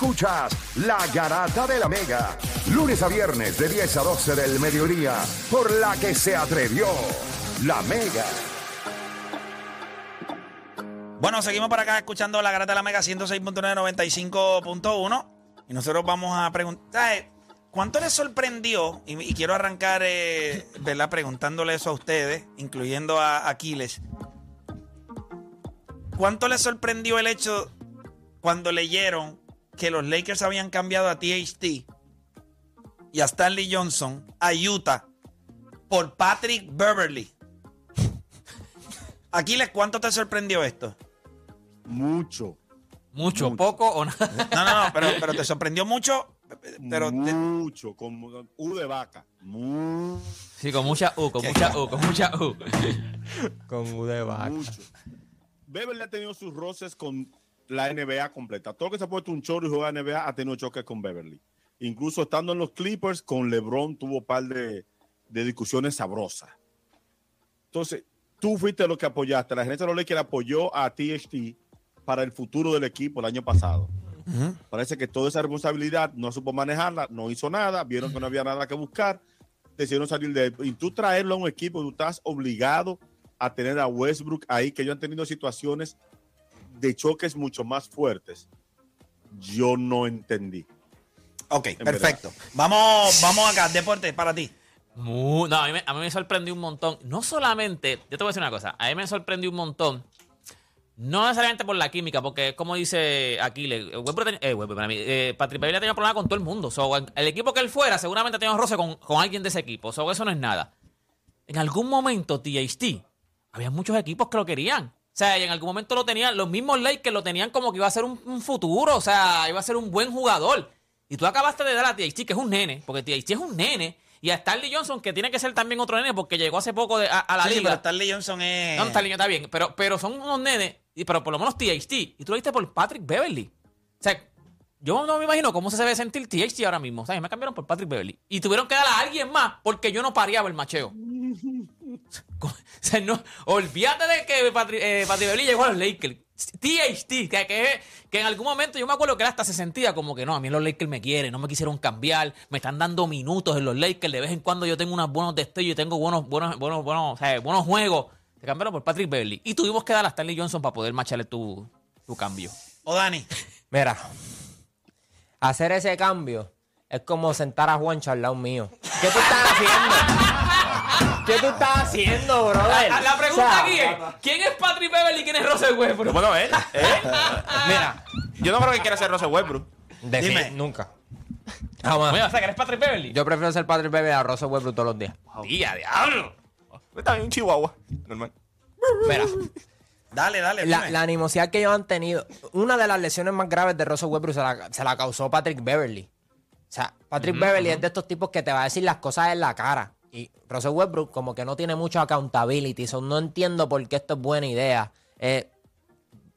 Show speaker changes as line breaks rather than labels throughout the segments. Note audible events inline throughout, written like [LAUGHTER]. escuchas La Garata de la Mega. Lunes a viernes de 10 a 12 del mediodía. Por la que se atrevió La Mega.
Bueno, seguimos para acá escuchando la Garata de la Mega 106.995.1. Y nosotros vamos a preguntar, eh, ¿cuánto les sorprendió? Y, y quiero arrancar, eh, ¿verdad? Preguntándole eso a ustedes, incluyendo a Aquiles. ¿Cuánto les sorprendió el hecho cuando leyeron que los Lakers habían cambiado a THT y a Stanley Johnson a Utah por Patrick Beverly? [LAUGHS] Aquiles, ¿cuánto te sorprendió esto?
Mucho.
Mucho, poco o nada.
No, no, no, pero, pero te sorprendió mucho. Pero
Mm.
te-
mucho. Con U de vaca. Mu-
[LAUGHS] Sí, con mucha U, con mucha U, con mucha U.
Con U de vaca.
mucho. Beverly ha tenido sus roces con la NBA completa. Todo el que se ha puesto un chorro y juega NBA ha tenido choques con Beverly. Incluso estando en los Clippers, con LeBron tuvo un par de, de discusiones sabrosas. Entonces, tú fuiste lo que apoyaste. La gerencia de los Lakers apoyó a THT para el futuro del equipo el año pasado. Parece que toda esa responsabilidad no supo manejarla, no hizo nada, vieron que no había nada que buscar, decidieron salir de él. Y tú traerlo a un equipo, tú estás obligado a tener a Westbrook ahí, que ellos han tenido situaciones de choques mucho más fuertes. Yo no entendí.
ok,
verdad.
perfecto. Vamos, vamos acá, deporte, para ti.
Mu- no, a mí, me, a mí me sorprendió un montón. No solamente, yo te voy a decir una cosa, a mí me sorprendió un montón. No necesariamente por la química, porque es como dice Aquiles, eh, Westbrook tenía- eh, Westbrook, para mí, eh, Patrick Beverly tenía problemas con todo el mundo. So, el el equipo que él fuera seguramente tenía un roce con, con alguien de ese equipo. So, eso no es nada. En algún momento, THT, había muchos equipos que lo querían. O sea, y en algún momento lo tenían, los mismos Lakers lo tenían como que iba a ser un, un futuro, o sea, iba a ser un buen jugador. Y tú acabaste de dar a THT, que es un nene, porque THT es un nene, y a Stanley Johnson, que tiene que ser también otro nene, porque llegó hace poco de- a, a la
Sí, pero
liga.
Stanley Johnson es.
No, Stanley está bien, pero, pero son unos nenes, y, pero por lo menos THT, y tú lo diste por Patrick Beverly. O sea, yo no me imagino cómo se debe sentir THT ahora mismo. O sea, me cambiaron por Patrick Beverly. Y tuvieron que dar a alguien más porque yo no pareaba el macheo. [LAUGHS] O sea, no, olvídate de que Patri, eh, Patri Beverly llegó a los Lakers. THT, que, que, que en algún momento yo me acuerdo que él hasta se sentía como que no, a mí los Lakers me quieren, no me quisieron cambiar, me están dando minutos en los Lakers, de vez en cuando yo tengo unos buenos destellos, y tengo buenos, buenos, buenos, buenos, o sea, buenos juegos. Te cambiaron por Patrick Beverly. Y tuvimos que dar a Stanley Johnson para poder macharle tu, tu cambio.
O Oh, Dani.
Mira, hacer ese cambio es como sentar a Juan al lado mío. ¿Qué tú estás haciendo? ¿Qué tú estás haciendo, brother?
La, la pregunta
O sea,
aquí es: ¿quién es Patrick Beverly y quién es Russell Westbrook?
Bueno, él, él. Mira, yo no creo que quiera ser Russell Westbrook.
defi-
Dime.
Nunca. Jamás.
Oye, o sea, que eres Patrick Beverly.
Yo prefiero ser Patrick Bebe a Rosso Westbrook todos los días.
Día, diablo.
Está bien, un chihuahua. Normal.
Mira,
Dale, dale.
la,
dime.
la animosidad que ellos han tenido, una de las lesiones más graves de Russell Westbrook se la, se la causó Patrick Beverly. O sea, Patrick Beverly es de estos tipos que te va a decir las cosas en la cara. Y Russell Westbrook como que no tiene mucho accountability. So, no entiendo por qué esto es buena idea. Eh,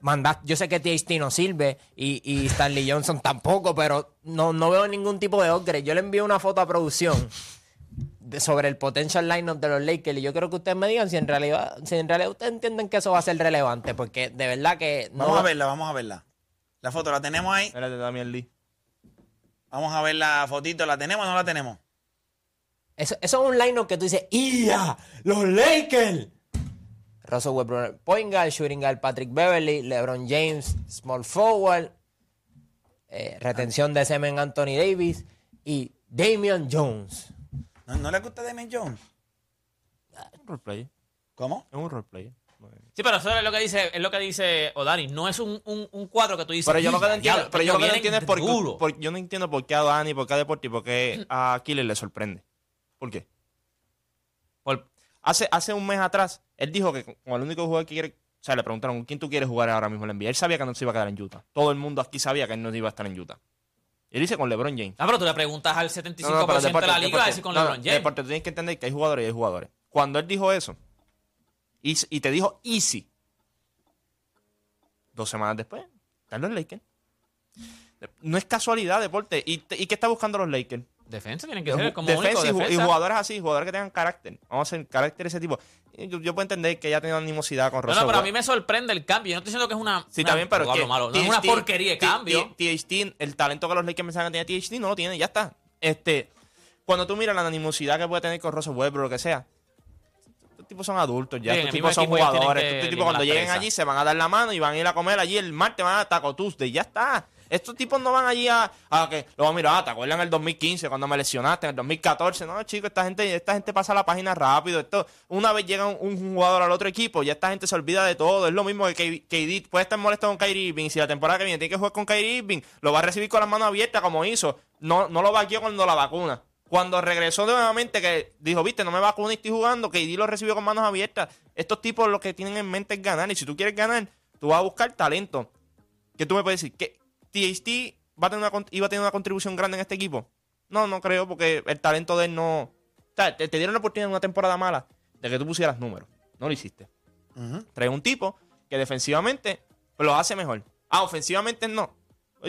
mandas- yo sé que THT no sirve y, y Stanley Johnson tampoco, pero no, no veo ningún tipo de upgrade. Yo le envío una foto a producción de- sobre el potential lineup de los Lakers. Y yo quiero que ustedes me digan si en realidad, si en realidad ustedes entienden que eso va a ser relevante, porque de verdad que no.
Vamos a verla, vamos a verla. La foto la tenemos ahí.
Espérate, Damian Lee.
Vamos a ver la fotito. ¿La tenemos o no la tenemos?
Eso, eso es un lineup que tú dices, ¡Ia! ¡Los Lakers! Russell Westbrook, point guard, shooting guard, Patrick Beverly, LeBron James, small forward, eh, retención de semen Anthony Davis y Damian Jones.
¿No, no le gusta Damien Jones?
Es un roleplayer.
¿Cómo?
Es un roleplayer.
Sí, pero eso es lo que dice, es lo que dice O'Dani. No es un, un, un cuadro que tú dices.
Pero yo lo que no
"Ya,
entiendo,
diablo,
pero yo lo que no
vienen
entiendo es por
duro".
qué, por- yo no entiendo por qué a Dani, por qué a Deporte y por qué a Aquiles le sorprende. ¿Por qué? Por- hace, hace un mes atrás, él dijo que con el único jugador que quiere. O sea, le preguntaron ¿con quién tú quieres jugar ahora mismo en la NBA. Él sabía que no se iba a quedar en Utah. Todo el mundo aquí sabía que él no iba a estar en Utah. Y él dice con LeBron James.
Ah, pero tú le preguntas al 75%
No, no, pero
de la
deporte,
liga a
deporte.
decir con
No, no,
LeBron James.
deporte, tú tienes que entender que hay jugadores y hay jugadores. Cuando él dijo eso, y, y te dijo easy, dos semanas después, están los Lakers. No es casualidad, deporte. ¿Y, te- y qué está buscando los Lakers?
Defensa tienen que ser como
defensa,
único
y ju- y,
defensa.
jugadores así, jugadores que tengan carácter. Vamos a hacer carácter ese tipo. Yo, yo puedo entender que ya tenía animosidad con
No,
Rosa.
no, pero a mí me sorprende el cambio. Yo no estoy diciendo que es una.
Sí,
una-
también, pero
o hablo
que
malo. No es una
THT
porquería de cambio.
THT, el talento que los Lakers pensaban que tenía THT, no lo tiene, ya está. Este, cuando tú miras la animosidad que puede tener con Russell Westbrook o lo que sea, estos tipos son adultos ya,
Sí, en
estos
el mismo
tipos son
equipo ellos tienen
jugadores.
que
Estos tipos
limar
cuando
las
lleguen
presas.
allí se van a dar la mano y van a ir a comer allí. El martes van a Taco Tuesday, ya está. Estos tipos no van allí a, a que lo van a mirar, ah, ¿te acuerdas en el 2015 cuando me lesionaste? En el 2014, no, chicos, esta gente, esta gente pasa la página rápido. Esto, una vez llega un, un jugador al otro equipo, ya esta gente se olvida de todo. Es lo mismo que K- KD puede estar molesto con Kyrie Irving. Si la temporada que viene tiene que jugar con Kyrie Irving, lo va a recibir con las manos abiertas como hizo. No, no lo vaqueó cuando la vacuna. Cuando regresó nuevamente, que dijo, viste, no me vacuno y estoy jugando, KD lo recibió con manos abiertas. Estos tipos lo que tienen en mente es ganar. Y si tú quieres ganar, tú vas a buscar talento. Que tú me puedes decir? ¿Que THT va a tener una, cont- iba a tener una contribución grande en este equipo? No, no creo, porque el talento de él no. O sea, te, te dieron la oportunidad en una temporada mala de que tú pusieras números. No lo hiciste. Trae un tipo que defensivamente lo hace mejor. Ah, ofensivamente no.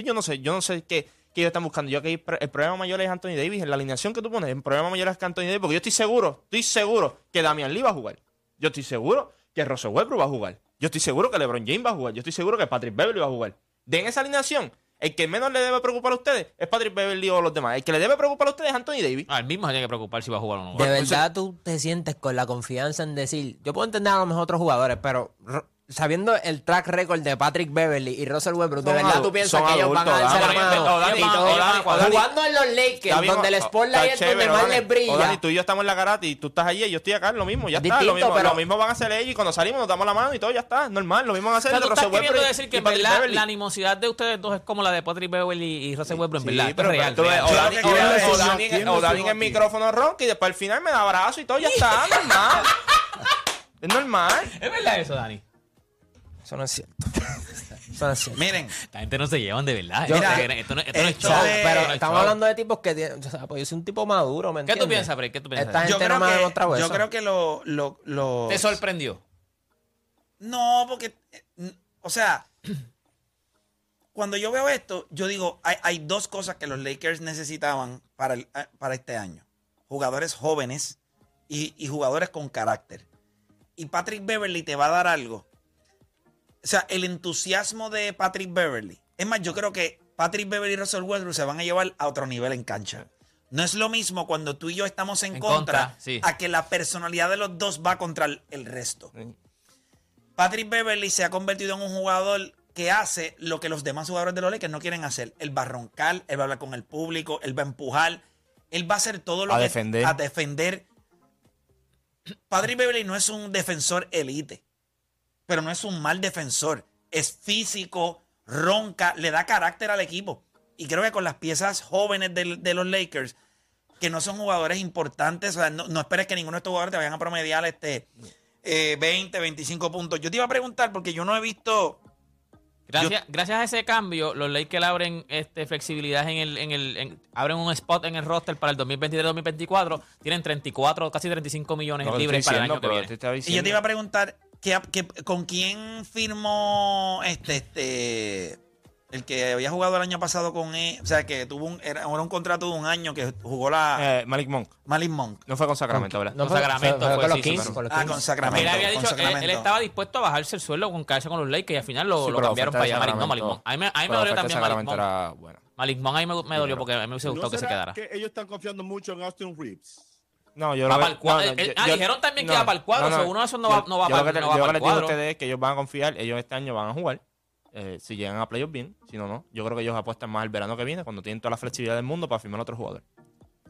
Yo no sé, yo no sé qué, qué ellos están buscando. Yo que el problema mayor es Anthony Davis, en la alineación que tú pones, el problema mayor es que Anthony Davis, porque yo estoy seguro, estoy seguro que Damian Lee va a jugar. Yo estoy seguro que Russell Westbrook va a jugar. Yo estoy seguro que LeBron James va a jugar. Yo estoy seguro que Patrick Beverly va a jugar. De en esa alineación, el que menos le debe preocupar a ustedes es Patrick Beverly o los demás. El que le debe preocupar a ustedes es Anthony Davis.
Ah, el mismo se tiene que preocupar si va a jugar o no.
De
pues,
verdad tú te sientes con la confianza en decir, yo puedo entender a los mejor otros jugadores, pero ro- sabiendo el track record de Patrick Beverly y Russell Westbrook, de
Son
verdad
adu-
tú piensas
son
que ellos van a
adultos,
darse la
Dani.
mano.
O Dani,
Y
o
todo-
Dani, o Dani.
Jugando en los
Está
Lakers,
bien,
donde el
o- está
spotlight es donde
chévere,
más
Dani.
les
O Dani,
brilla.
tú y yo estamos en la garata y tú estás allí y yo estoy acá, lo mismo, ya está. Lo
Distinto,
mismo,
pero-
lo mismo van a hacer ellos y cuando salimos nos damos la mano y todo, ya está. Normal, lo mismo van a
O
hacer
sea, tú
Russell
estás queriendo
Westbrook y-
decir que
y
en
Patrick
verdad
Beverly.
la animosidad de ustedes dos es como la de Patrick Beverly y Russell Westbrook, en
Sí,
verdad.
pero-
es real.
pero tú ves,
real.
o Dani-
¿Quién
o Dani-
lo
o
enseñó?
Dani-
¿Quién
O
lo enseñó
Dani en el
aquí?
micrófono ronca y después al final me da abrazo y todo, ya
[LAUGHS]
está, normal. Es normal.
Es verdad eso, Dani.
Eso no es cierto. Eso no es
[LAUGHS]
cierto.
Miren,
Esta gente no se llevan de verdad.
Yo-
esto,
Mira,
no- esto no, esto no es
esto
show.
es-
esto no
Pero
es
estamos
show.
hablando de tipos que tienen. o sea, pues yo soy un tipo maduro, ¿me
¿Qué
entiendes?
tú piensas, Fred? ¿Qué tú piensas?
Esta gente
yo creo,
no me ha
que,
demostrado
yo
eso.
creo que lo. lo, lo-
¿Te sorprendió?
No, porque. eh, n- O sea. [CLEARS THROAT] Cuando yo veo esto, yo digo, hay, hay dos cosas que los Lakers necesitaban para, el- eh, para este año. Jugadores jóvenes y, y jugadores con carácter. Y Patrick Beverly te va a dar algo. O sea, el entusiasmo de Patrick Beverly. Es más, yo creo que Patrick Beverly y Russell Westbrook se van a llevar a otro nivel en cancha. No es lo mismo cuando tú y yo estamos en,
En
contra,
contra, sí.
a que la personalidad de los dos va contra el- el resto. Patrick Beverly se ha convertido en un jugador que hace lo que los demás jugadores de los Lakers no quieren hacer. Él va a roncar, él va a hablar con el público, él va a empujar, él va a hacer todo lo
A
que...
defender.
A defender. Patrick Beverly no es un defensor elite, pero no es un mal defensor. Es físico, ronca, le da carácter al equipo. Y creo que con las piezas jóvenes del- de los Lakers, que no son jugadores importantes. O sea, no, no esperes que ninguno de estos jugadores te vayan a promediar este eh, 20, 25 puntos. Yo te iba a preguntar porque yo no he visto.
Gracias, gracias a ese cambio, los Lakers abren este, flexibilidad en el, en el en- abren un spot en el roster para el 2023-2024. Tienen 34, casi 35 millones
No,
libres
estoy
para el
diciendo,
año que
pero
viene.
te estaba
Y yo te iba
diciendo.
a preguntar que, que- con quién firmó este, este el que había jugado el año pasado con él. O sea, que tuvo un, era, era un contrato de un año que jugó la
Eh, Malik Monk,
Malin Monk.
no fue con Sacramento, ¿verdad?
No,
Con
fue-
Sacramento
fue- fue
fue,
con los
sí, sí,
15,
pero-
con los
Ah,
15.
con
Él
Sacramento.
había
con
dicho, eh, él,
Sacramento.
él estaba dispuesto a bajarse el sueldo con caerse con los Lakers y al final lo,
Sí,
lo
pero la
cambiaron
oferta
para
de
allá Malik Monk. Malik
Sacramento-
Monk. A mí me, a mí me
pero la oferta de
dolió también Malik
Sacramento
Monk.
era buena.
Malik Monk a mí me, me dolió porque a mí me hubiese
¿No
gustado que se
será
quedara.
que ellos están confiando mucho en Austin Reeves.
No, yo
Va
lo
pa'l cuadro. Eh, ah, dijeron también que va pa'l cuadro, o sea, uno de esos no va- no va
para
pa'l- no va
Yo lo que
pa'l
les digo a
cuadro.
ustedes es que ellos van a confiar, ellos este año van a jugar. eh, si llegan a playoffs bien, si no, no. Yo creo que ellos apuestan más al verano que viene, cuando tienen toda la flexibilidad del mundo para firmar a otro jugador.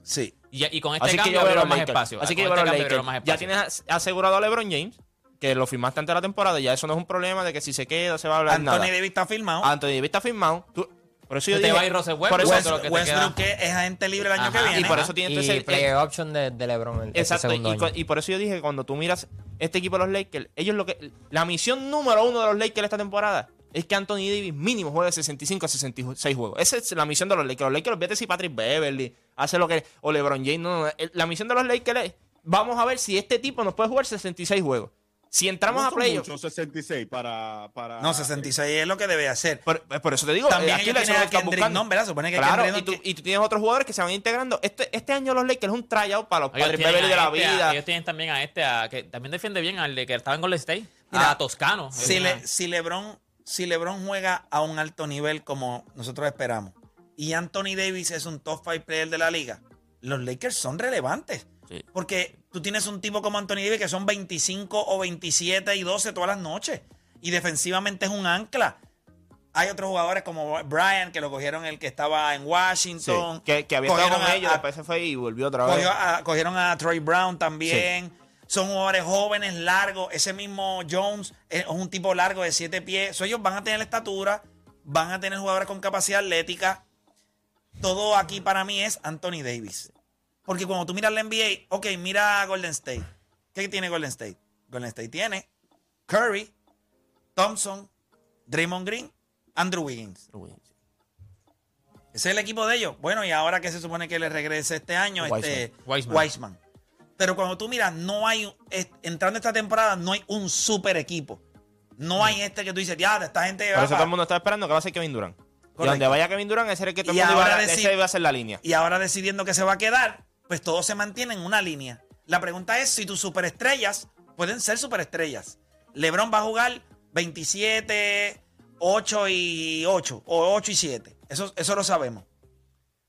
Sí.
Y, y con este
Así que
cambio
yo veo a
abrieron
los
más
Lakers.
espacio.
Así que
Con
yo veo
este
a los
cambio
Lakers.
abrieron más
Ya
espacio.
tienes as- asegurado a LeBron James, que lo firmaste antes de la temporada, ya eso no es un problema de que si se queda se va a hablar
Anthony
nada.
Davis está firmado.
Ah,
Anthony Davis está firmado. Tú- por eso yo
Se te
dije-
va a ir Russell Westbrook,
por eso-
Westbrook,
Westbrook,
que te queda-
Westbrook que es agente libre el año
Ajá,
que viene.
y por eso tiene entonces
Y
el-
play option de, de LeBron en este
Exacto, y,
segundo
cu-
año.
y por eso yo dije que cuando tú miras este equipo de los Lakers, ellos lo que la misión número uno de los Lakers esta temporada es que Anthony Davis mínimo juegue 65 a 66 juegos. Esa es la misión de los Lakers. Los Lakers, olvídate si Patrick Beverly hace lo que o LeBron James, no, no, no. El- La misión de los Lakers es vamos a ver si este tipo nos puede jugar 66 juegos. Si entramos
No
a
son
playoffs.
muchos, 66 para, para.
No, 66 es lo que debe hacer.
Por, por eso te digo,
También
eh, aquí
ellos
eso es
tienen
lo
a
que están
Kendrick
buscando.
Nunn, ¿verdad? Supone que
Claro,
Kendrick
y tú,
Nunn-
y tú tienes otros jugadores que se van integrando. Este, este año los Lakers es un tryout para los
Ellos
padres
tienen
Beverly de
a
la
este, a-
vida.
ellos tienen también a este, a- que también defiende bien al de que estaba en Golden State,
Mira,
a Toscano. Ellos
si,
tienen
Le- si LeBron, si LeBron juega a un alto nivel como nosotros esperamos y Anthony Davis es un top five player de la liga, los Lakers son relevantes.
Sí.
Porque tú tienes un tipo como Anthony Davis que son 25 o 27 y 12 todas las noches. Y defensivamente es un ancla. Hay otros jugadores como Brian, que lo cogieron el que estaba en
Sí,
Washington.
que, que había estado con
Cogieron a-
ellos,
a-
después se fue y volvió otra vez.
Cogió a- cogieron a Troy Brown también. Son jugadores jóvenes, largos. Ese mismo Jones es un tipo largo de siete pies. So, ellos van a tener la estatura, van a tener jugadores con capacidad atlética. Todo aquí para mí es Anthony Davis. Porque cuando tú miras la NBA, ok, mira a Golden State. ¿Qué tiene Golden State? Golden State tiene Curry, Thompson, Draymond Green, Andrew Wiggins. Ese es el equipo de ellos. Bueno, y ahora que se supone que le regrese este año,
Wiseman.
este
Wiseman.
Wiseman. Pero cuando tú miras, no hay, es- entrando esta temporada, no hay un super equipo. No hay este que tú dices, ya, esta gente
Por
va
eso
pa-".
todo el mundo está esperando que va a ser Kevin Durant. Y
Correcto.
donde vaya Kevin Durant, ese es el que todo el
Y
mundo iba
ahora
a,
decir-
ese iba a ser la línea.
Y ahora decidiendo que se va a quedar, pues todo se mantiene en una línea. La pregunta es si tus superestrellas pueden ser superestrellas. LeBron va a jugar 27, 8 y 8 o 8 y 7. Eso, eso lo sabemos.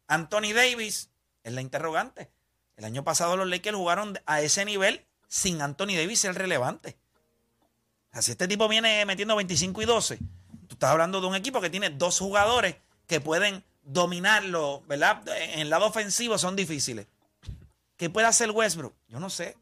Anthony Davis es la interrogante. El año pasado los Lakers jugaron a ese nivel sin Anthony Davis ser relevante. Así este tipo viene metiendo 25 y 12. Tú estás hablando de un equipo que tiene dos jugadores que pueden dominarlo, ¿verdad? En el lado ofensivo son difíciles. ¿Qué puede hacer Westbrook? Yo no sé.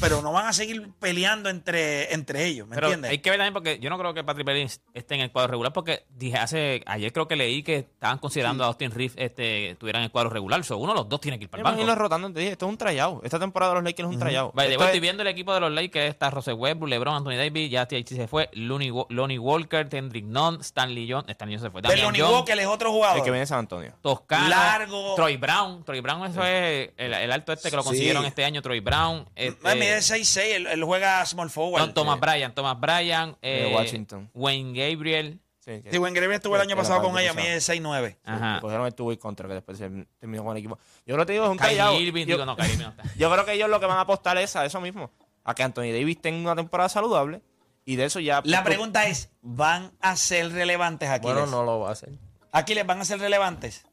Pero no van a seguir peleando entre, entre ellos, ¿me
Pero
entiendes?
hay que ver también porque yo no creo que Patrick Beverly esté en el cuadro regular porque dije hace ayer creo que leí que estaban considerando a Austin Reeves este estuviera en el cuadro regular, o sea, uno de los dos tiene que ir
Me
para el banco.
imagino rotando, te dije, esto es un tryout. Esta temporada los Lakers es un tryout.
By the
Esto
way,
es-
estoy viendo el equipo de los Lakers. Está Rose Westbrook, LeBron, Anthony Davis, ya THT se fue, Lonnie, Wa- Lonnie Walker, Kendrick Nunn, Stanley John, Stanley John se fue,
Pero
Damian
Lonnie
John,
Walker es otro
el que
jugador.
viene de San Antonio.
Toscano,
Largo.
Troy Brown, Troy Brown eso es el, el alto este que lo
Sí.
consiguieron este año, Troy Brown, este,
Mami, es 6-6, él, él juega small forward.
no, Thomas Bryan, Thomas Bryan,
De
eh,
Washington.
Wayne Gabriel,
Sí, que-
Sí, Wayne Greer estuvo el año
Era
pasado con
parte
ella, mide
pasada.
6-9.
Sí,
Ajá.
que Cogieron el tubo y contra, que después se terminó con el equipo. Yo lo que te digo es un tryout.
Kyrie Irving,
Yo-
digo no, Kyrie Irving no
[LAUGHS]
está.
Yo creo que ellos lo que van a apostar es a eso mismo. A que Anthony Davis tenga una temporada saludable. Y de eso ya.
La
pues,
pregunta es, ¿van a ser relevantes aquí?
Bueno, no lo va a hacer.
Aquiles, ¿van a ser relevantes?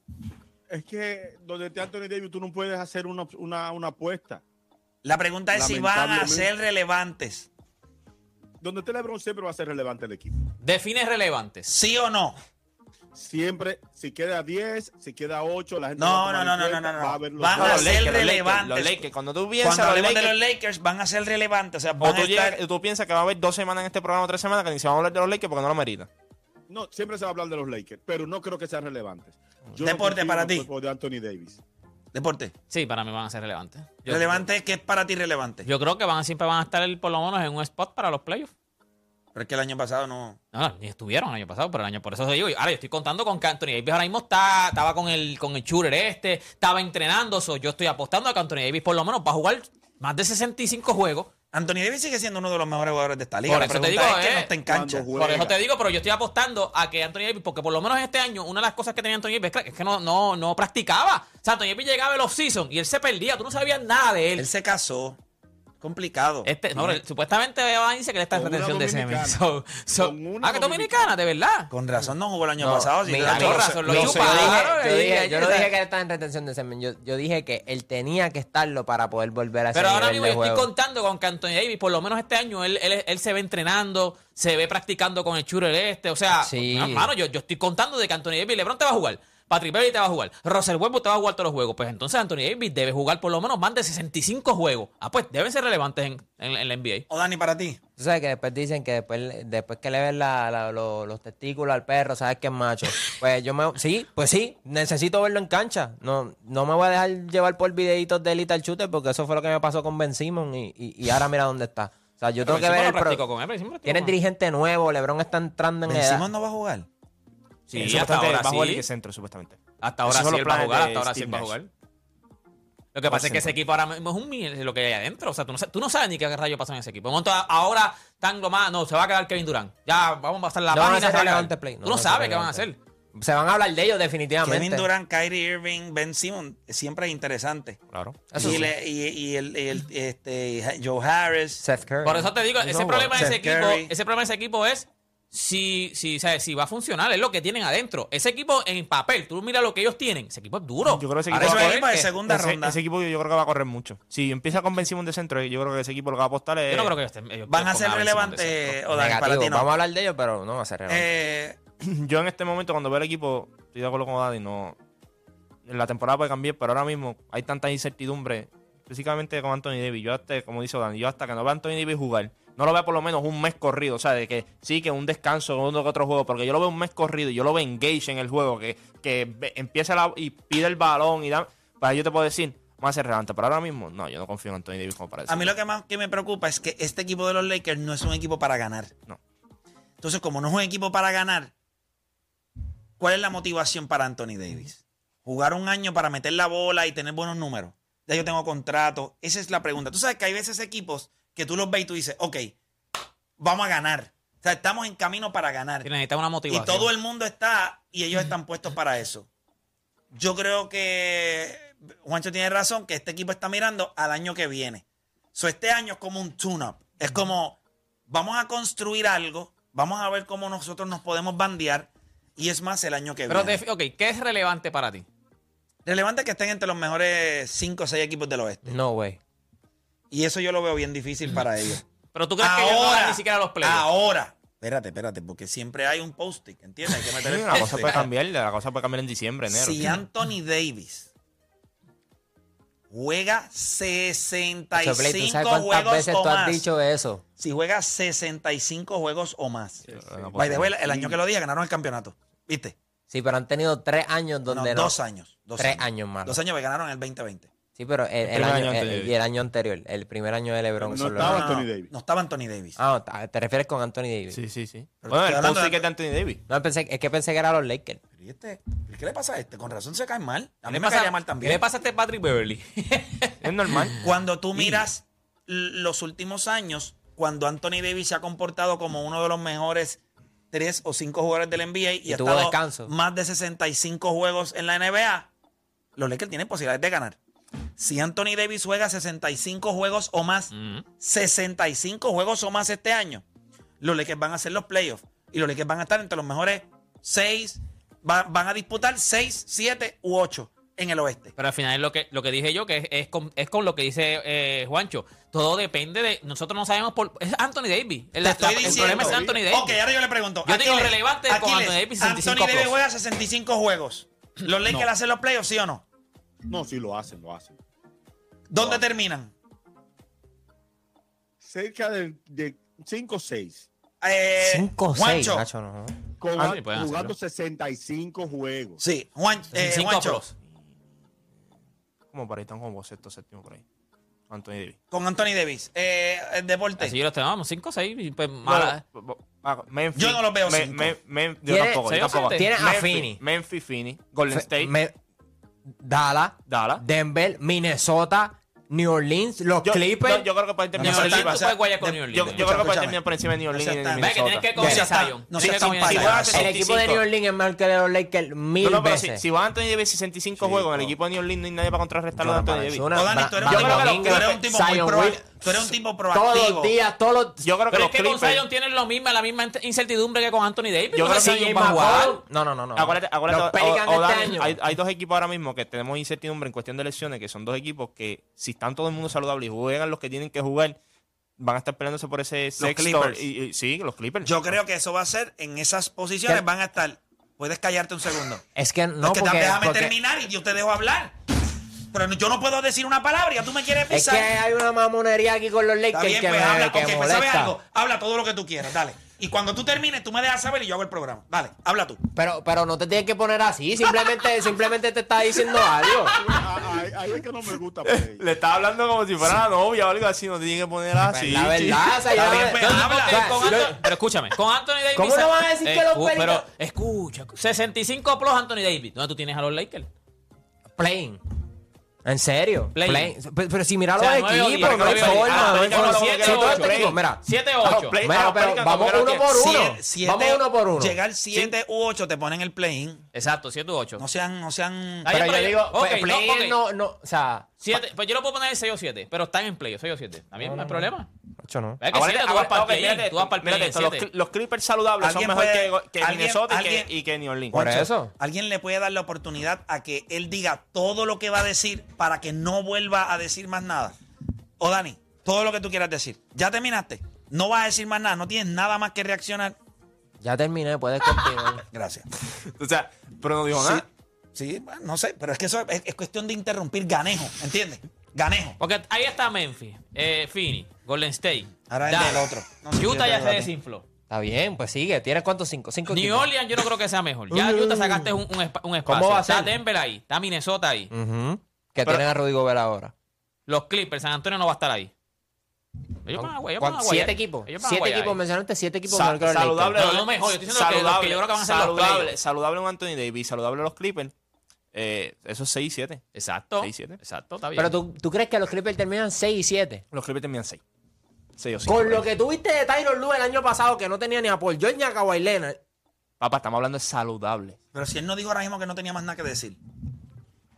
Es que donde está Anthony Davis, tú no puedes hacer una, una, una apuesta.
La pregunta es si van a
Lamentablemente.
ser relevantes.
Donde esté LeBron siempre va a ser relevante el equipo.
Define relevantes.
¿Sí o no?
Siempre, si queda 10, si queda 8, la gente
No,
va a tomar
no,
en
no, no,
cuenta,
no, no.
va a ver los
Van
todos
a
dos.
los
ser
Lakers, los Lakers,
relevantes.
los Lakers. Cuando tú piensas.
Cuando
los
hablemos de
Lakers-
los Lakers, van a ser relevantes. O sea,
O
van a
tú,
estar...
eh,
llegas- tú piensas que va a haber dos semanas en este programa o tres semanas que ni se va a hablar de los Lakers porque no lo merita.
No, siempre se va a hablar de los Lakers, pero no creo que sean relevantes.
Deporte
confío en
para
el
ti.
cuerpo de Anthony Davis.
Deporte.
Sí, para mí van a ser relevantes. Yo-
relevante es que es para ti relevante.
Yo creo que van, siempre van a estar el- por lo menos en un spot para los playoffs.
Pero es que el año pasado no...
No, no, ni estuvieron el año pasado, pero el año por eso te digo. Ahora yo estoy contando con que Anthony Davis ahora mismo está, estaba con el con el shooter este, estaba entrenando, so, yo estoy apostando a que Anthony Davis por lo menos va a jugar más de 65 juegos.
Anthony Davis sigue siendo uno de los mejores jugadores de esta liga.
Por
la
eso te
pregunta
digo,
es que
eh,
no está en cancha.
cuando
Por
Juega.
eso te digo, pero yo estoy apostando a que Anthony Davis, porque por lo menos este año, una de las cosas que tenía Anthony Davis es que no, no, no practicaba. O sea, Anthony Davis llegaba el off-season y él se perdía, tú no sabías nada de él.
Él se casó. Complicado.
Este, no, pero supuestamente Eva dice que le está en
Con una
retención de semen.
dominicana.
[LAUGHS] So- so-
Con una
ah, que dominicana, de verdad.
Con razón no jugó el año
No,
pasado. si
mira,
te-
con
lo-
razón, lo
lo-
Yo,
chupa.
dije-
claro,
yo
eh,
dije-
eh,
yo no
eh,
dije que él estaba en retención de semen. Yo, yo dije que él tenía que estarlo para poder volver a ese
Pero ahora
nivel
mismo
de
yo estoy
juego.
contando con que Anthony Davis, por lo menos este año, él, él, él se ve entrenando, se ve practicando con el shooter este. O sea,
Sí.
pues, hermano, yo, yo estoy contando de que Anthony Davis, LeBron te va a jugar. Patrick Beverly te va a jugar. Russell Westbrook te va a jugar todos los juegos. Pues entonces Anthony Davis debe jugar por lo menos más de 65 juegos. Ah, pues deben ser relevantes en, en- en la NBA.
O Oh, Dani, para ti.
Tú sabes que después dicen que después, después que le ves la- la- lo- los testículos al perro, sabes que es macho. Pues yo me. Sí, pues sí, necesito verlo en cancha. No, no me voy a dejar llevar por videitos de Little Shooter porque eso fue lo que me pasó con Ben Simon y, y- y ahora mira dónde está. O sea, yo tengo que
Pero
ver
Simon
el
lo practicó
pro...
con él, pero Simon lo practicó
Tienes
con él.
dirigente nuevo, LeBron está entrando en
Ben
edad.
Simon no va a jugar.
Sí, supuestamente
hasta ahora
va a jugar
sí.
el centro, supuestamente.
Hasta ahora
Esos son los
sí él va a
planes
jugar,
de
hasta ahora sí
Steve
él va a
Nash.
jugar. Lo que Lo que pasa es que ese equipo ahora mismo es un miel lo que hay adentro. O sea, tú no, sa- tú no sabes ni qué rayo pasó en ese equipo. De momento, a- ahora tan lo más. No, se va a quedar Kevin Durant. Ya vamos a pasar la
No van a ser
página, se va a quedar.
relevantes, Play. No
tú no
van a ser
sabes qué van a hacer.
relevantes. Se van a hablar de ellos definitivamente.
Kevin Durant, Kyrie Irving, Ben Simmons, siempre es interesante.
Claro.
Eso
y,
sí.
le- y- y el, el- este, Joe Harris.
Seth Curry.
Por eso te digo, ese
No,
problema de ese
Seth Curry.
equipo, ese problema de ese equipo es si, si, ¿sabes? si va a funcionar, es lo que tienen adentro. Ese equipo en papel, tú mira lo que ellos tienen, ese equipo es duro.
Yo creo que ese
Ahora
equipo
ese
va a
equipo
correr.
de segunda
ese,
ronda.
ese equipo yo creo que va a correr mucho. Si empieza con Ben Simmons de centro, yo creo que ese equipo lo que va a apostar es.
Yo no creo que ellos estén- ellos
Van a
pongan
ser
encima de
relevantes,
ese-
o
Negativo.
Oh, para ti no.
Vamos a hablar de ellos, pero no va a ser relevante.
Eh,
Yo en este momento, cuando veo el equipo, estoy de acuerdo con Daddy, no. La temporada puede cambiar, pero ahora mismo hay tanta incertidumbre, específicamente con Anthony Davis. Yo hasta, como dice Dani, yo hasta que no vea a Anthony Davis jugar, no lo vea por lo menos un mes corrido, o sea, de que sí, que un descanso, uno que otro juego, porque yo lo veo un mes corrido, y yo lo veo engage en el juego, que, que ve- empiece la- y pide el balón y da. Para yo te puedo decir, más ser relevante, pero ahora mismo, no, yo no confío en Anthony Davis como para eso.
a mí lo que más que me preocupa es que este equipo de los Lakers no es un equipo para ganar.
No.
Entonces, como no es un equipo para ganar, ¿cuál es la motivación para Anthony Davis? Jugar un año para meter la bola y tener buenos números. Ya yo tengo contrato. Esa es la pregunta. Tú sabes que hay veces equipos que tú los ves y tú dices, ok, vamos a ganar. O sea, estamos en camino para ganar.
Y necesitan una
Y
motivación.
todo el mundo está, y ellos están puestos para eso. Yo creo que Juancho tiene razón, que este equipo está mirando al año que viene. So, este año es como un tune-up. Es como, vamos a construir algo, vamos a ver cómo nosotros nos podemos bandear, y es más el año que
Pero,
viene.
te- ok, ¿qué es relevante para ti?
Relevante que estén entre los mejores 5 o 6 equipos del oeste.
No, güey.
Y eso yo lo veo bien difícil para ellos.
Pero tú crees que ellos no van ni siquiera a los playoffs.
Ahora. Espérate, espérate, porque siempre hay un post-it, ¿entiendes? Hay que meter el
la cosa pues,
post-it.
puede cambiar, la cosa puede cambiar en diciembre, enero.
Si Anthony Davis juega
Chacho, Play, ¿tú
65
sabes cuántas
juegos
veces
o
tú has
más.
dicho eso?
Si juega 65 juegos o más.
No puede
By the
ser.
way, el año que lo dije ganaron el campeonato. ¿Viste?
Sí, pero han tenido tres años
No,
donde no.
dos años. Dos
Tres
años.
años más.
Dos años que ganaron el 2020.
Sí, pero el, el
primer
año,
año
el-
anterior.
y el año anterior, el primer año de LeBron.
No
solo
estaba
LeBron.
Anthony Davis.
No estaba Anthony Davis.
Ah, ta- te refieres con Anthony Davis.
Sí, sí, sí.
Pero
Bueno,
estoy
el
hablando
post
de-
sí que es de Anthony Davis.
No, pensé, es que pensé que era los Lakers.
Pero ¿y este? ¿Qué le pasa a este? Con razón se cae mal. A
¿Qué
mí
le
me
pasa-
cae mal
¿Qué
también.
le pasa a este Patrick Beverly? [LAUGHS]
[LAUGHS]
Es normal.
Cuando tú miras l- los últimos años, cuando Anthony Davis se ha comportado como uno de los mejores tres o cinco jugadores del NBA y,
Y
ha
tuvo
estado
descanso.
más de 65 juegos en la NBA, los Lakers tienen posibilidades de ganar. Si Anthony Davis juega 65 juegos o más, 65 juegos o más este año, los Lakers van a hacer los playoffs y los Lakers van a estar entre los mejores seis, va- van a disputar seis, siete u ocho en el oeste.
Pero al final es lo que, lo que dije yo, que es, es con, es con lo que dice eh, Juancho. Todo depende de. Nosotros no sabemos por. Es Anthony Davis. El,
Te
la-
estoy
el
diciendo.
problema es Anthony Davis.
Ok, ahora yo le pregunto.
Yo digo
Aquiles,
relevante con
Aquiles,
Anthony Davis, 65
Anthony Davis
plus.
juega 65 juegos. ¿Los Lakers
No.
hacen los playoffs, sí o no?
No, sí, lo hacen, lo hacen.
¿Dónde
No.
terminan?
Cerca de, de 5 o 6.
Eh,
5 o 6,
Juancho.
Nacho, no.
Ah, sí, pueden
jugando 65 juegos.
Sí, Juan, eh,
65
Juancho,
plus.
Como por ahí, están como sexto, séptimo por ahí. Anthony Davis.
con Anthony Davis. Eh, el deporte.
Así yo los tenemos, 5 o 6. Pues mala.
Bueno, ah, Memphis,
Yo no los veo
Me-
cinco.
me- me- yo
Tiene-
tampoco, yo
¿sí,
tampoco.
Vicente?
Tiene a
Memphis,
Finney.
Memphis, Finney, Golden
Fe-
State,
me- Dallas,
Dallas.
Denver, Minnesota, New Orleans, los
Yo,
Clippers.
no, yo creo que pueden terminar
New
por
No,
encima.
Orleans,
o
tú
sea,
puedes guayar con
de-
New
Yo,
Orleans.
yo creo que
Escúchame.
pueden terminar por encima de New Orleans y
Ve
de
que
Ve que tienes
Minnesota.
que
No seas
coger
tan-
Zion.
no
Tienes
seas
que
tan
coger
payaso.
a
Si
Zion.
juega- el
65.
equipo de New Orleans es mejor que el de los Lakers mil
No, no, pero si,
veces.
si va Anthony Davis 65 juegos en el equipo de New Orleans, no hay nadie para contrarrestarlo a
Jonathan
Anthony Davis.
Valenzuela,
No, Dani, tú eres
Van-
un
Van
tipo-
Ingram,
tú eres un tipo muy
Zion
proa-
Will-
tú eres un tipo
Todos
proactivo.
los días, todos los...
Yo creo que
Pero
los
es que con
Clippers...
Zion tienen lo mismo, la misma incertidumbre que con Anthony Davis.
Yo
No
creo
sé
que
si
James
va a jugar.
Harden-
No, no, no, no.
Acuérdate, acuérdate,
Los
o- o-
Pelicans
o
este
Dani,
año.
hay, hay dos equipos ahora mismo que tenemos incertidumbre en cuestión de lesiones, que son dos equipos que si están todo el mundo saludable y juegan los que tienen que jugar, van a estar peleándose por ese sexto.
Clippers.
Y, y- sí, los Clippers.
Yo creo que eso va a ser en esas posiciones.
¿Qué?
Van a estar. Puedes callarte un segundo.
Es que
No,
no,
es que
porque...
déjame
porque-
terminar y yo te dejo hablar. Pero no- yo no puedo decir una palabra y ya tú me quieres
Es
pisar.
que hay una mamonería aquí con los
Está
Lakers
bien,
que
pues
me
habla.
que
ok, pues,
molesta.
¿sabes algo? Habla todo lo que tú quieras, dale. Y cuando tú termines, tú me dejas saber y yo hago el programa. Dale, habla tú.
Pero, pero no te tienes que poner así,
[LAUGHS]
simplemente, simplemente te está diciendo algo.
Ah, Ahí ahí es que no me gusta. Play.
Le estaba hablando como si fuera la novia o algo así, no te tienen que poner así.
la verdad, o sea, yo
Está
no-
bien, pues,
no- no-
habla.
o sea,
Con
si lo-
Anthony- pero escúchame, con Anthony Davis.
¿Cómo no vas a decir que los
Escu-
Pelicans-
Pero escucha, 65 plus Anthony Davis. ¿Dónde tú tienes a los Lakers?
Playing. ¿En serio?
Play.
Play. Pero, pero si mira los
O sea, nueve o diez,
equipos, no hay
nueve o diez.
forma.
Ah,
No hay
Play ganó
forma.
los
Si
siete,
todo
ocho,
este tipo,
Play.
mira.
Ah,
7-8.
play-
Mira,
ah,
pero
play,
vamos
como
uno
quiera
por
que-
uno.
Sie- siete-
vamos uno por uno.
Llegar 7 u 8 te ponen el play-in.
Exacto, 7-8.
No sean, no sean.
Ay,
Pero
Pero
yo digo, pues,
yo- ok,
Play
no, ok.
no, no, o sea...
Siete- pues yo lo puedo poner en 6 o 7, pero están en play, 6 o 7. También no hay problema.
Ocho no.
Es que
Ahora-
7 tú
ahora-
vas para el
ok,
play,
mírate
tú vas
esto,
para el
mírate
play en
esto, los,
7.
cli- los Clippers saludables son
Alguien
mejor
puede-
que, que
alguien-
Minnesota y que-
alguien-
y, que, New Orleans.
Por
Juancho,
eso.
Alguien le puede dar la oportunidad a que él diga todo lo que va a decir para que no vuelva a decir más nada. O Dani, todo lo que tú quieras decir. Ya terminaste. No vas a decir más nada. No tienes nada más que reaccionar.
Ya terminé,
[LAUGHS]
puedes continuar.
Gracias.
O sea, pero no dijo nada.
Sí, bueno, no sé, pero es que eso es, es cuestión de interrumpir ganejo, ¿entiendes? Ganejo.
Porque ahí está Memphis, eh, Phoenix, Golden State.
Ahora el
Dallas.
del otro. No sé, yo
Utah ya
te
se
digo a ti.
desinfló.
Está bien, pues sigue. ¿Tienes cuántos? Cinco. Cinco
New
equipos.
Orleans yo no creo que sea mejor. Ya Utah sacaste un, un, espa- un espacio.
va a
está
ser?
Denver ahí, está Minnesota ahí.
Ujú. Que
Pero-
tienen a Rudy Gobert ahora.
Los Clippers, San Antonio no va a estar ahí. Ellos van a, ellos van a
¿Cuán-
guayar.
Siete equipos.
Ellos van a
Siete
guayar
equipos,
ahí.
mencionaste siete equipos.
Sa-
mejor que los Lakers.
saludable,
No, no mejor, yo estoy diciendo que los que yo creo que van a ser los
saludable,
playoffs.
saludable un Anthony Davis, saludable los Clippers. Eh, eso es 6-7.
Exacto.
6-7.
Exacto, está bien.
Pero tú, tú crees que los Clippers terminan 6 y 7.
Los Clippers terminan 6. 6 o 5.
Con lo que tuviste de Tyron Lue el año pasado, que no tenía ni a Paul George ni a Kawhi Leonard.
Papá, estamos hablando de saludable.
Pero si él no dijo ahora mismo que no tenía más nada que decir.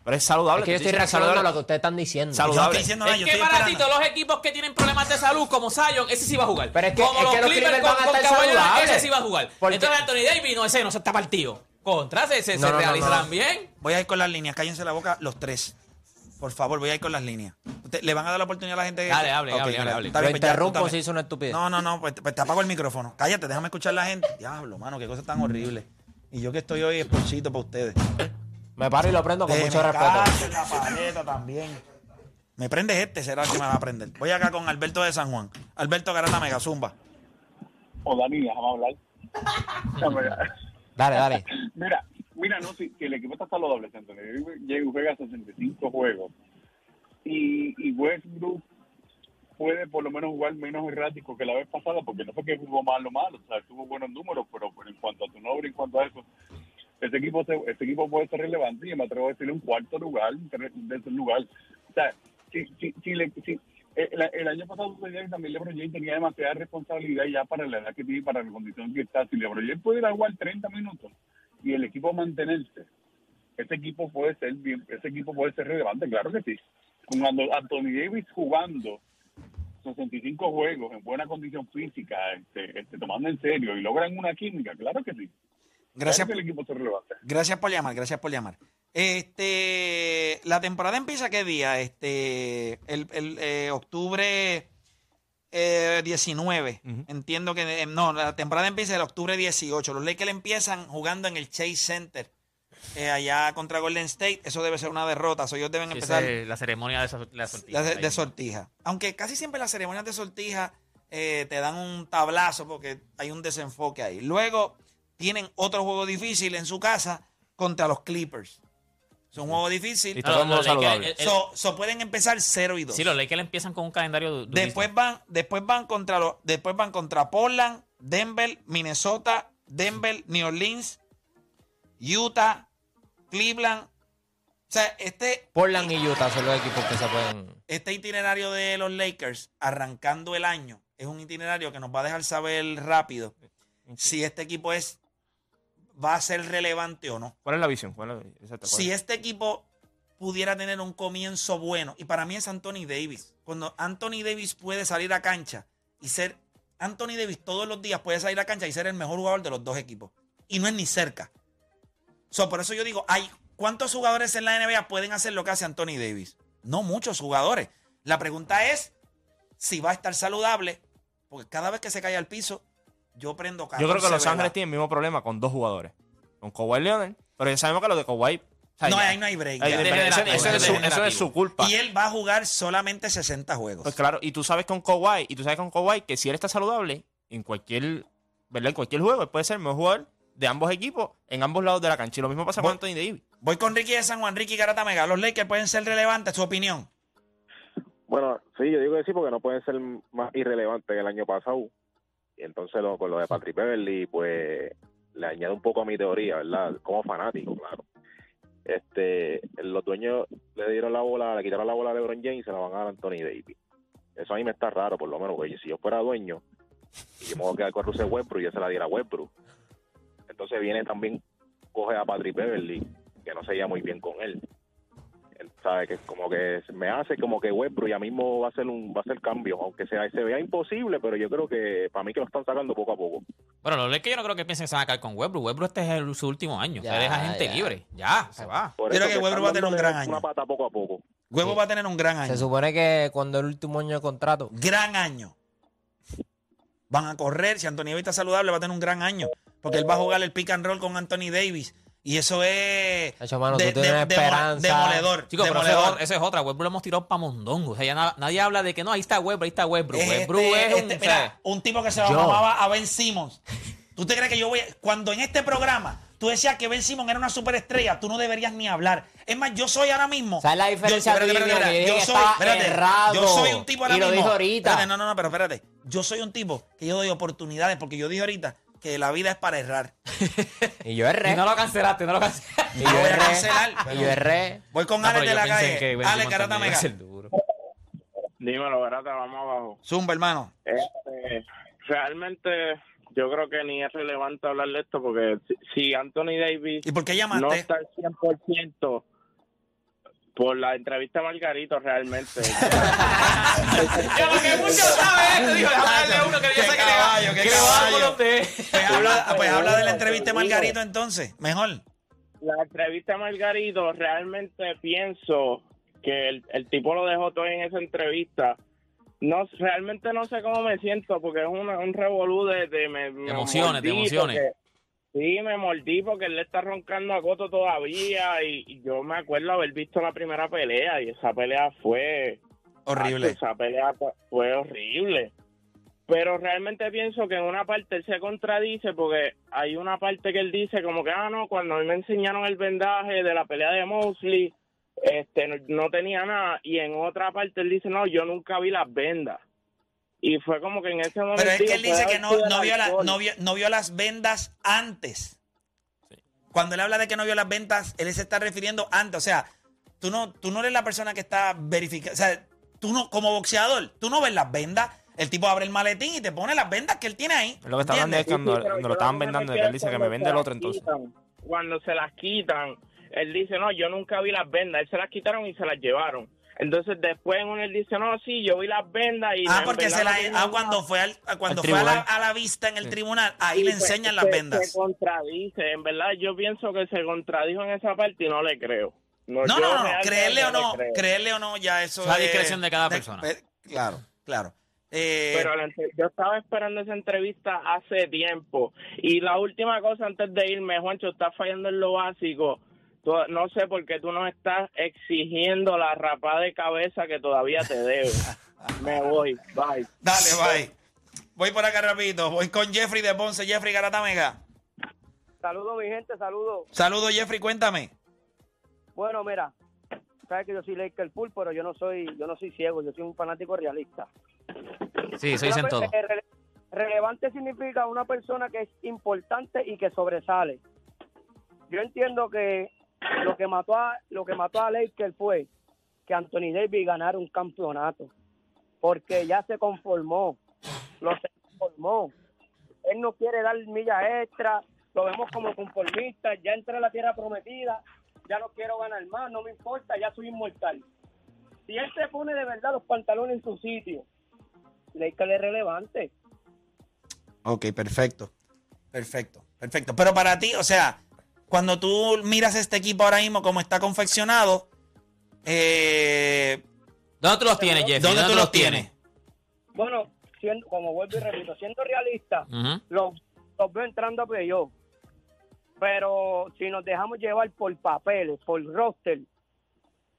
Pero es saludable.
Es que yo
te diciendo,
estoy reaccionando a
saludable.
lo que ustedes están diciendo.
Salud-
Yo no
Saludable.
estoy diciendo nada,
es
yo
que
estoy
para ti
esperando.
todos los equipos que tienen problemas de salud, como Zion, ese sí va a jugar.
Pero es que-
como
es que los Clippers van a
con-
estar
con Kawhi Leonard,
saludables.
ese sí va a jugar.
Porque-
Entonces Anthony Davis, no, ese no se está partido. Contra, ese se,
No,
se
no, no,
realizarán
no.
bien.
Voy a ir con las líneas, cállense la boca los tres. Por favor, voy a ir con las líneas. Usted- ¿Le van a dar la oportunidad a la gente?
Dale, hable,
Ok,
hable, hable, hable.
está
Lo
bien, pues ya, tú
interrumpo
también.
si hizo una estupidez.
No, no, no, pues, pues te apago el micrófono. Cállate, déjame escuchar a la gente. Diablo, mano, qué cosa tan horrible. Y yo que estoy hoy es porcito para ustedes.
Me paro y lo prendo con
Te
mucho
me
respeto.
cago en la paleta también. Me prendes este, será el que me va a prender. Voy acá con Alberto de San Juan. Alberto Garata Mega Zumba.
O Oh, Dani, déjame hablar. No, mira,
Dale, dale.
mira, mira, no, si, si el equipo está saludable, si Anthony Davis llega y juega 65 juegos y, y Westbrook puede por lo menos jugar menos errático que la vez pasada, porque no fue que jugó malo, malo, o sea, tuvo buenos números, pero, pero en cuanto a tu nombre, en cuanto a eso, este equipo, se- este equipo puede ser relevante y me atrevo a decir un cuarto lugar, un ter- un tercer lugar. O sea, si, si, si le- si- el, el año pasado sucedió que también LeBron James tenía demasiada responsabilidad ya para la edad que tiene y para la condición que está. Si LeBron James puede ir a jugar 30 minutos y el equipo mantenerse, ese equipo puede ser bien, ese equipo puede ser relevante, claro que sí. Cuando Anthony Davis jugando 65 juegos en buena condición física, este, este, tomando en serio y logran una química, claro que sí.
Gracias,
Claro que el equipo se relevante.
gracias por llamar, gracias por llamar. Este, la temporada empieza qué día? Este, el, el, eh, octubre eh, 19. Entiendo que eh, no, la temporada empieza el octubre 18. Los Lakers empiezan jugando en el Chase Center eh, allá contra Golden State. Eso debe ser una derrota. So, ellos deben empezar.
la ceremonia de esa, la sortija.
La de, de sortija. Aunque casi siempre las ceremonias de sortija eh, te dan un tablazo porque hay un desenfoque ahí. Luego tienen otro juego difícil en su casa contra los Clippers. Es un juego difícil.
Y todo el mundo
Los Lakers,
saludable.
el- el-
So, so pueden empezar 0 y 2.
sí, los Lakers empiezan con un calendario du- durísimo.
después van, después van contra los, después van contra Portland, Denver, Minnesota, Denver, New Orleans, Utah, Cleveland. O sea, este,
Portland y Utah son los equipos que se pueden.
este itinerario de los Lakers arrancando el año es un itinerario que nos va a dejar saber rápido si este equipo es va a ser relevante o no.
¿Cuál es la visión? ¿Cuál es la visión? Exacto, ¿cuál
Si
es?
este equipo pudiera tener un comienzo bueno, y para mí es Anthony Davis. Cuando Anthony Davis puede salir a cancha y ser Anthony Davis todos los días puede salir a cancha y ser el mejor jugador de los dos equipos y no es ni cerca. So, por eso yo digo, hay ¿cuántos jugadores en la NBA pueden hacer lo que hace Anthony Davis? No muchos jugadores. La pregunta es si va a estar saludable, porque cada vez que se cae al piso, yo prendo
Yo creo que
14
Los Ángeles
velas.
tiene el mismo problema con dos jugadores. Con Kawhi Leonard. Pero ya sabemos que lo de Kawhi... o sea,
No,
ya-
ahí no hay break.
Ahí
ya.
no hay break. Eso- eso es su- Eso es su culpa.
Y él va a jugar solamente 60 juegos.
Pues claro, y tú sabes con Kawhi, y tú sabes con Kawhi que si él está saludable, en cualquier, ¿verdad? En cualquier juego, él puede ser el mejor jugador de ambos equipos, en ambos lados de la cancha. Y lo mismo pasa con
Bueno.
Anthony Davis.
Voy con Ricky de San Juan, Ricky Garatamega. Los Lakers pueden ser relevantes, su opinión.
Bueno, sí, yo digo que sí porque no pueden ser más irrelevantes que el año pasado. Y entonces lo- con lo de Patrick Beverly, pues le añado un poco a mi teoría, ¿verdad? Como fanático, claro. este los dueños le dieron la bola, le quitaron la bola a LeBron James y se la van a dar a Anthony Davis. Eso a mí me está raro, por lo menos, porque si yo fuera dueño y yo me voy a quedar con Russell Westbrook y yo se la diera a Westbrook. Entonces viene también, coge a Patrick Beverly, que no se lleva muy bien con él. Él sabe que como que me hace como que Westbrook ya mismo va a hacer un va a hacer cambio, aunque sea se vea imposible, pero yo creo que para mí que lo están sacando poco a poco.
Bueno, lo es que yo no creo que piensen que se van a caer con Westbrook. Westbrook este es el- su último año.
Ya,
se deja gente
ya.
libre. Ya, se va.
Por
Yo creo
eso
que Westbrook va a tener un
están dándole
gran
Una
año.
pata poco a poco.
Huevo va a tener un gran
Se
año.
supone que cuando el último año de contrato.
Gran año. Van a correr. Si Anthony Davis está saludable, va a tener un gran año. Porque él va a jugar el pick and roll con Anthony Davis. Y eso es.
Hacho, mano, tú tienes
demole-
esperanza.
Demoledor.
Chicos, pero
demoledor.
eso, eso es otra. Westbrook lo hemos tirado para mondongo. O sea, ya na- nadie habla de que no, ahí está Westbrook, ahí está Westbrook.
Es
Westbrook
este-
es un...
este-
o sea,
mira, un tipo que se lo
yo.
llamaba a Ben Simmons. ¿Tú te crees que yo voy a- Cuando en este programa tú decías que Ben Simmons era una superestrella, tú no deberías ni hablar. Es más, yo soy ahora mismo...
¿Sabes la
yo-
diferencia
espérate,
tuya y
espérate,
mía? Que
espérate,
dije que estaba errado.
yo soy un tipo ahora
Y lo
mismo...
dijo ahorita.
Espérate, no, no, no, pero espérate. Yo soy un tipo que yo doy oportunidades porque yo dije ahorita que la vida es para errar.
Y yo erré.
y no lo cancelaste, no lo cancelaste.
y
no
yo
voy a
erré,
cancelar,
Y
pero-
yo erré.
Voy con
No,
Alex
pero
de
yo
la
pensé en
calle.
Ben
Alex
Simmons
Garata
también
Mega.
iba a ser duro.
Dímelo, barata, vamos abajo.
Zumba, hermano.
Este, realmente yo creo que ni es relevante hablar de esto porque si- si Anthony Davis
¿Y por qué llamaste?
no está al 100% por la entrevista a Margarito realmente.
Yo lo que mucho sabe esto, digo, déjame darle uno que yo
Qué
sé que le va-
caballo, qué
que le va a dar
caballo.
por donde-
Pues habla, pues habla de la entrevista de Margarito entonces. Mejor.
la entrevista a Margarito realmente pienso que el, el tipo lo dejó todo en esa entrevista. No, realmente no sé cómo me siento porque es una- un revolú de, de me- me
Emociones, de
mordí
emociones.
porque- sí, me mordí porque él le está roncando a Coto todavía y, y yo me acuerdo haber visto la primera pelea y esa pelea fue
Horrible.
esa pelea fue- fue horrible. Pero realmente pienso que en una parte él se contradice porque hay una parte que él dice como que, ah, no, cuando a mí me enseñaron el vendaje de la pelea de Mosley, este, no, no tenía nada. Y en otra parte él dice, no, yo nunca vi las vendas. Y fue como que en ese momento...
Pero es que él
puede
dice
haber
que no,
sido el
no vio la-
alcohol.
no, vio, no vio las vendas antes. Cuando él habla de que no vio las ventas, él se está refiriendo antes. O sea, tú no, tú no eres la persona que está verificando. O sea, tú no, como boxeador, tú no ves las vendas. El tipo abre el maletín y te pone las vendas que él tiene ahí.
Lo que está hablando es
Sí, sí,
cuando,
pero
cuando
yo
lo estaban
que me
vendando, que
refiero
él dice
es
que me
cuando
vende
se
el
las
otro entonces.
quitan. Cuando se las quitan, él dice, no, yo nunca vi las vendas. Él se las quitaron y se las llevaron. Entonces después en uno él dice, no, sí, yo vi las vendas y...
Ah,
en
porque
verdad
se
no
la,
tenía
ah,
nada".
cuando fue, al- ah, cuando
Al
fue a, la,
tribunal.
a la vista en el tribunal, ahí
Sí,
le
pues,
enseñan
se-
las vendas.
Se contradice, en verdad yo pienso que se contradijo en esa parte y no le creo.
No, no,
yo
no,
realmente
creerle o
le
no,
creo.
creerle o no, ya eso
Eso es a
es-
discreción de cada persona.
pe- Claro, claro. Eh,
Pero la entre- yo estaba esperando esa entrevista hace tiempo. Y la última cosa antes de irme, Juancho, está fallando en lo básico. Tú- No sé por qué tú no estás exigiendo la rapada de cabeza que todavía te debo. Me voy, bye.
Dale, bye. Voy por acá rapidito. Voy con Jeffrey de Ponce. Jeffrey Garatamega.
Saludos, mi gente, saludos.
Saludos, Jeffrey. Cuéntame.
Bueno, mira, sabes que yo soy Laker Pool, pero yo no soy yo no soy ciego, yo soy un fanático realista.
Sí, se dicen
Una
todo.
per- eh, rele- relevante significa una persona que es importante y que sobresale. Yo entiendo que lo que mató a lo que mató a Laker fue que Anthony Davis ganara un campeonato, porque ya se conformó, lo se conformó. Él no quiere dar millas extra, lo vemos como conformista, ya entré a la tierra prometida, ya no quiero ganar más, no me importa, ya soy inmortal. Si él se pone de verdad los pantalones en su sitio Lakers es relevante.
Ok, perfecto. Perfecto, perfecto. Pero para ti, o sea, cuando tú miras este equipo ahora mismo, como está confeccionado, eh,
¿Dónde tú los tienes, Jeffrey?
¿dónde tú los tienes?
Bueno, siendo, como vuelvo y repito, siendo realista,
Ujú.
los, los veo entrando a playoff. Pero si nos dejamos llevar por papeles, por roster,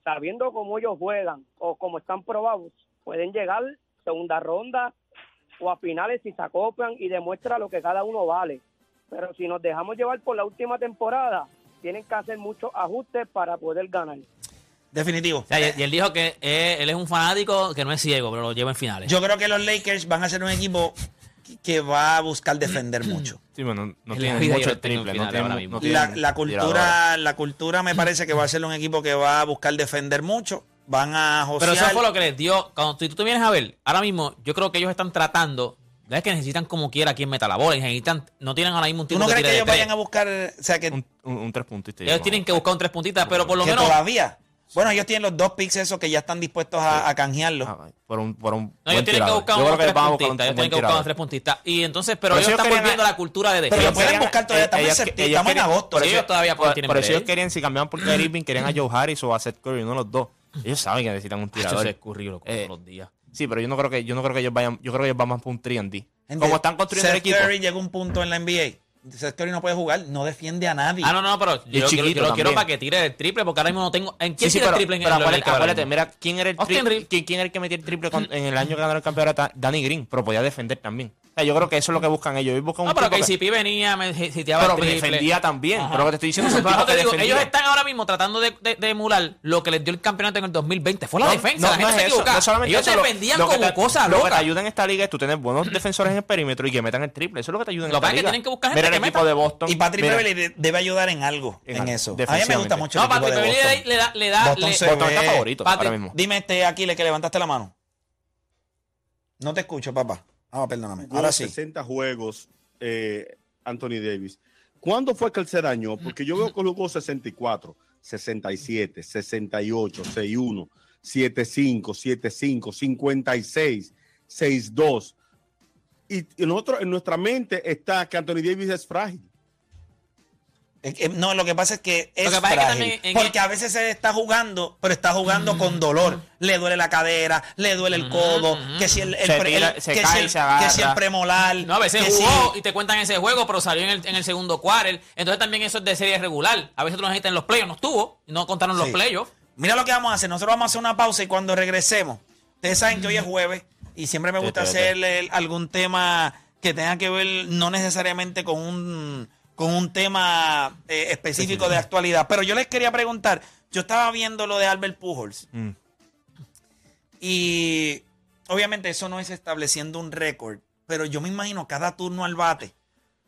sabiendo cómo ellos juegan o cómo están probados, pueden llegar segunda ronda o a finales si se acoplan y demuestra lo que cada uno vale. Pero si nos dejamos llevar por la última temporada, tienen que hacer muchos ajustes para poder ganar.
Definitivo.
O sea, y- y él dijo que eh, él es un fanático que no es ciego, pero lo lleva en finales.
Yo creo que los Lakers van a ser un equipo que va a buscar defender mucho.
Sí, bueno, no, no
En la
tiene
vida yo
mucho
no tengo
triple.
final
No tiene,
ahora
mu-
mismo.
no tiene
La, la
tiradora.
cultura, la cultura me parece que va a ser un equipo que va a buscar defender mucho. Van a
Pero
josear.
eso fue lo que les dio. Cuando tú, tú te vienes a ver, ahora mismo yo creo que ellos están tratando. ¿Ves que necesitan como quiera quien meta la bola? y Necesitan, no tienen ahora mismo un
¿Tú
tipo
no
que
crees
tire
que
de
ellos
tres.
vayan a buscar? O sea, que,
Un, un, un tres puntista.
Ellos tienen que buscar un tres puntitas, pero por lo
que
menos.
todavía. Bueno, ellos tienen los dos picks esos que ya están dispuestos a, a canjearlos.
Ah,
Por un, por un
No,
buen
ellos tienen que
tirador.
buscar
Yo
unos
creo que
tres
vamos con
puntistas.
un buen
Ellos tienen que buscar unos
tirador.
tres puntistas. Y entonces, pero,
Pero
ellos
ellos
están
querían-
volviendo a la cultura de
Pero
defensa.
lo pueden
querían-
buscar todavía, estamos en
ellos-
septiembre,
ellos
estamos en
querían-
agosto.
por
Ellos
eso-
todavía
por-
tienen
Por eso
break.
ellos querían, si cambiaban por Kyrie Irving, querían a Joe Harris o a Seth Curry, uno de los dos. Ellos saben que necesitan un
Hacho, se
tirador.
escurrió loco,
Eh,
todos los días.
Sí, pero yo no creo que, yo no creo que ellos vayan, yo creo que ellos van más por un 3 and D.
Gente,
Como están construyendo el
Seth
equipo.
Curry llegó a un punto en la NBA. Seth Curry no puede jugar, no defiende a nadie.
Ah, no, no, pero yo, yo- yo
chiquito
lo quiero
también.
para que tire el triple, porque ahora mismo no tengo. ¿En
Sí,
quién
sí,
tira
pero,
el triple en
pero
el
acuérdate,
Euroliga ahora
acuérdate,
mismo?
mira, ¿quién era el
Austin
triple-
Reeves.
¿quién, quién era el que metió el triple con- en el año que ganó el campeonato? Danny Green, pero podía defender también. O sea, yo creo que eso es lo que buscan ellos. Ellos buscan un
No, pero
tipo que-
KCP venía, me sitiaba
pero
el
que
triple.
defendía también.
Ajá.
Pero lo que te estoy
[LAUGHS]
diciendo es un
Pero
tipo
te
que
digo,
defendía.
ellos están ahora mismo tratando de, de- de emular lo que les dio el campeonato en el 2020. Fue la
No,
defensa,
no,
la gente
no
se
es eso,
equivoca.
no es solamente
ellos
eso, lo-
defendían
lo que
como
te-
cosas
Lo que te
locas.
ayuda en esta liga es tú tener buenos defensores en el perímetro y que metan el triple. Eso es lo que te ayuda en
Lo
esta
que
liga.
tienen que buscar gente
Mira el
que
equipo
meta.
de Boston.
Y Patrick
mira,
Beverly debe ayudar en algo,
En
en
algo,
eso. A mí me gusta
defensivamente.
mucho el equipo
No, Patrick
de
Beverly
Boston.
le, da, le da,
Boston
le-
se
Boston está
ve-
favorito
Patrick,
ahora mismo.
Dime este, Aquiles, que levantaste la mano. No te escucho, papá. Ah, perdóname.
jugó
Ahora sí.
60 juegos eh, Anthony Davis. ¿Cuándo fue que él se dañó? Porque yo veo que jugó 64, 67, 68, 61, 75, 75, 56, 62. Y y nosotros, en nuestra mente está que Anthony Davis es frágil.
Eh, eh, No, lo que pasa es que es
que pasa es que
frágil,
también en-
porque a veces se está jugando, pero está jugando con dolor. Le duele la cadera, le duele el codo, que si el, el
Se
pre-
tira,
el-
se
que
cae,
si el-
se agarra.
que si el premolar,
No, a veces
que si-
jugó y te cuentan ese juego, pero salió en el, en el segundo quarter. Entonces también eso es de serie regular. A veces tú lo necesitas en los playoffs. No estuvo, no contaron los
Sí.
playoffs.
Mira lo que vamos a hacer. Nosotros vamos a hacer una pausa y cuando regresemos, ustedes saben que hoy es jueves y siempre me gusta
sí, sí.
hacerle el- algún tema que tenga que ver no necesariamente con un, con un tema eh, específico de actualidad. Pero yo les quería preguntar, yo estaba viendo lo de Albert Pujols
Mm.
y obviamente eso no es estableciendo un récord, pero yo me imagino cada turno al bate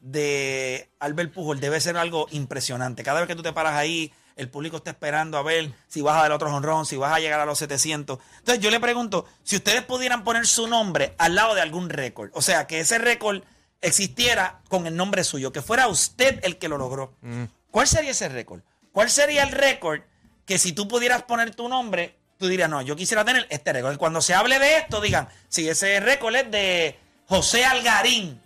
de Albert Pujol debe ser algo impresionante. Cada vez que tú te paras ahí, el público está esperando a ver si vas a dar otro jonrón, si vas a llegar a los 700. Entonces yo le pregunto, si ustedes pudieran poner su nombre al lado de algún récord, o sea, que ese récord existiera con el nombre suyo, que fuera usted el que lo logró, ¿cuál sería ese récord? ¿Cuál sería el récord que si tú pudieras poner tu nombre, tú dirías, no, yo quisiera tener este récord? Y cuando se hable de esto, digan, si ese récord es de José Algarín.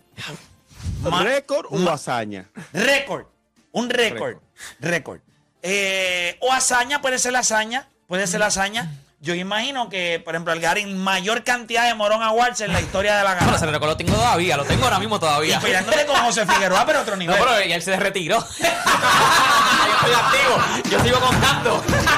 Ma-
¿Récord o hazaña?
Récord. Un récord. Récord. Eh, o hazaña, puede ser la hazaña. Puede ser la hazaña. Yo imagino que, por ejemplo, Algarín, mayor cantidad de Morón Awards en la historia de la
Bueno, [LAUGHS]
gana.
se me recordó, lo tengo todavía, lo tengo ahora mismo
Y
pues,
todavía.
peleándote con José Figueroa, pero a otro
No,
nivel.
[LAUGHS]
pero ya él se retiró. yo estoy activo, yo sigo contando.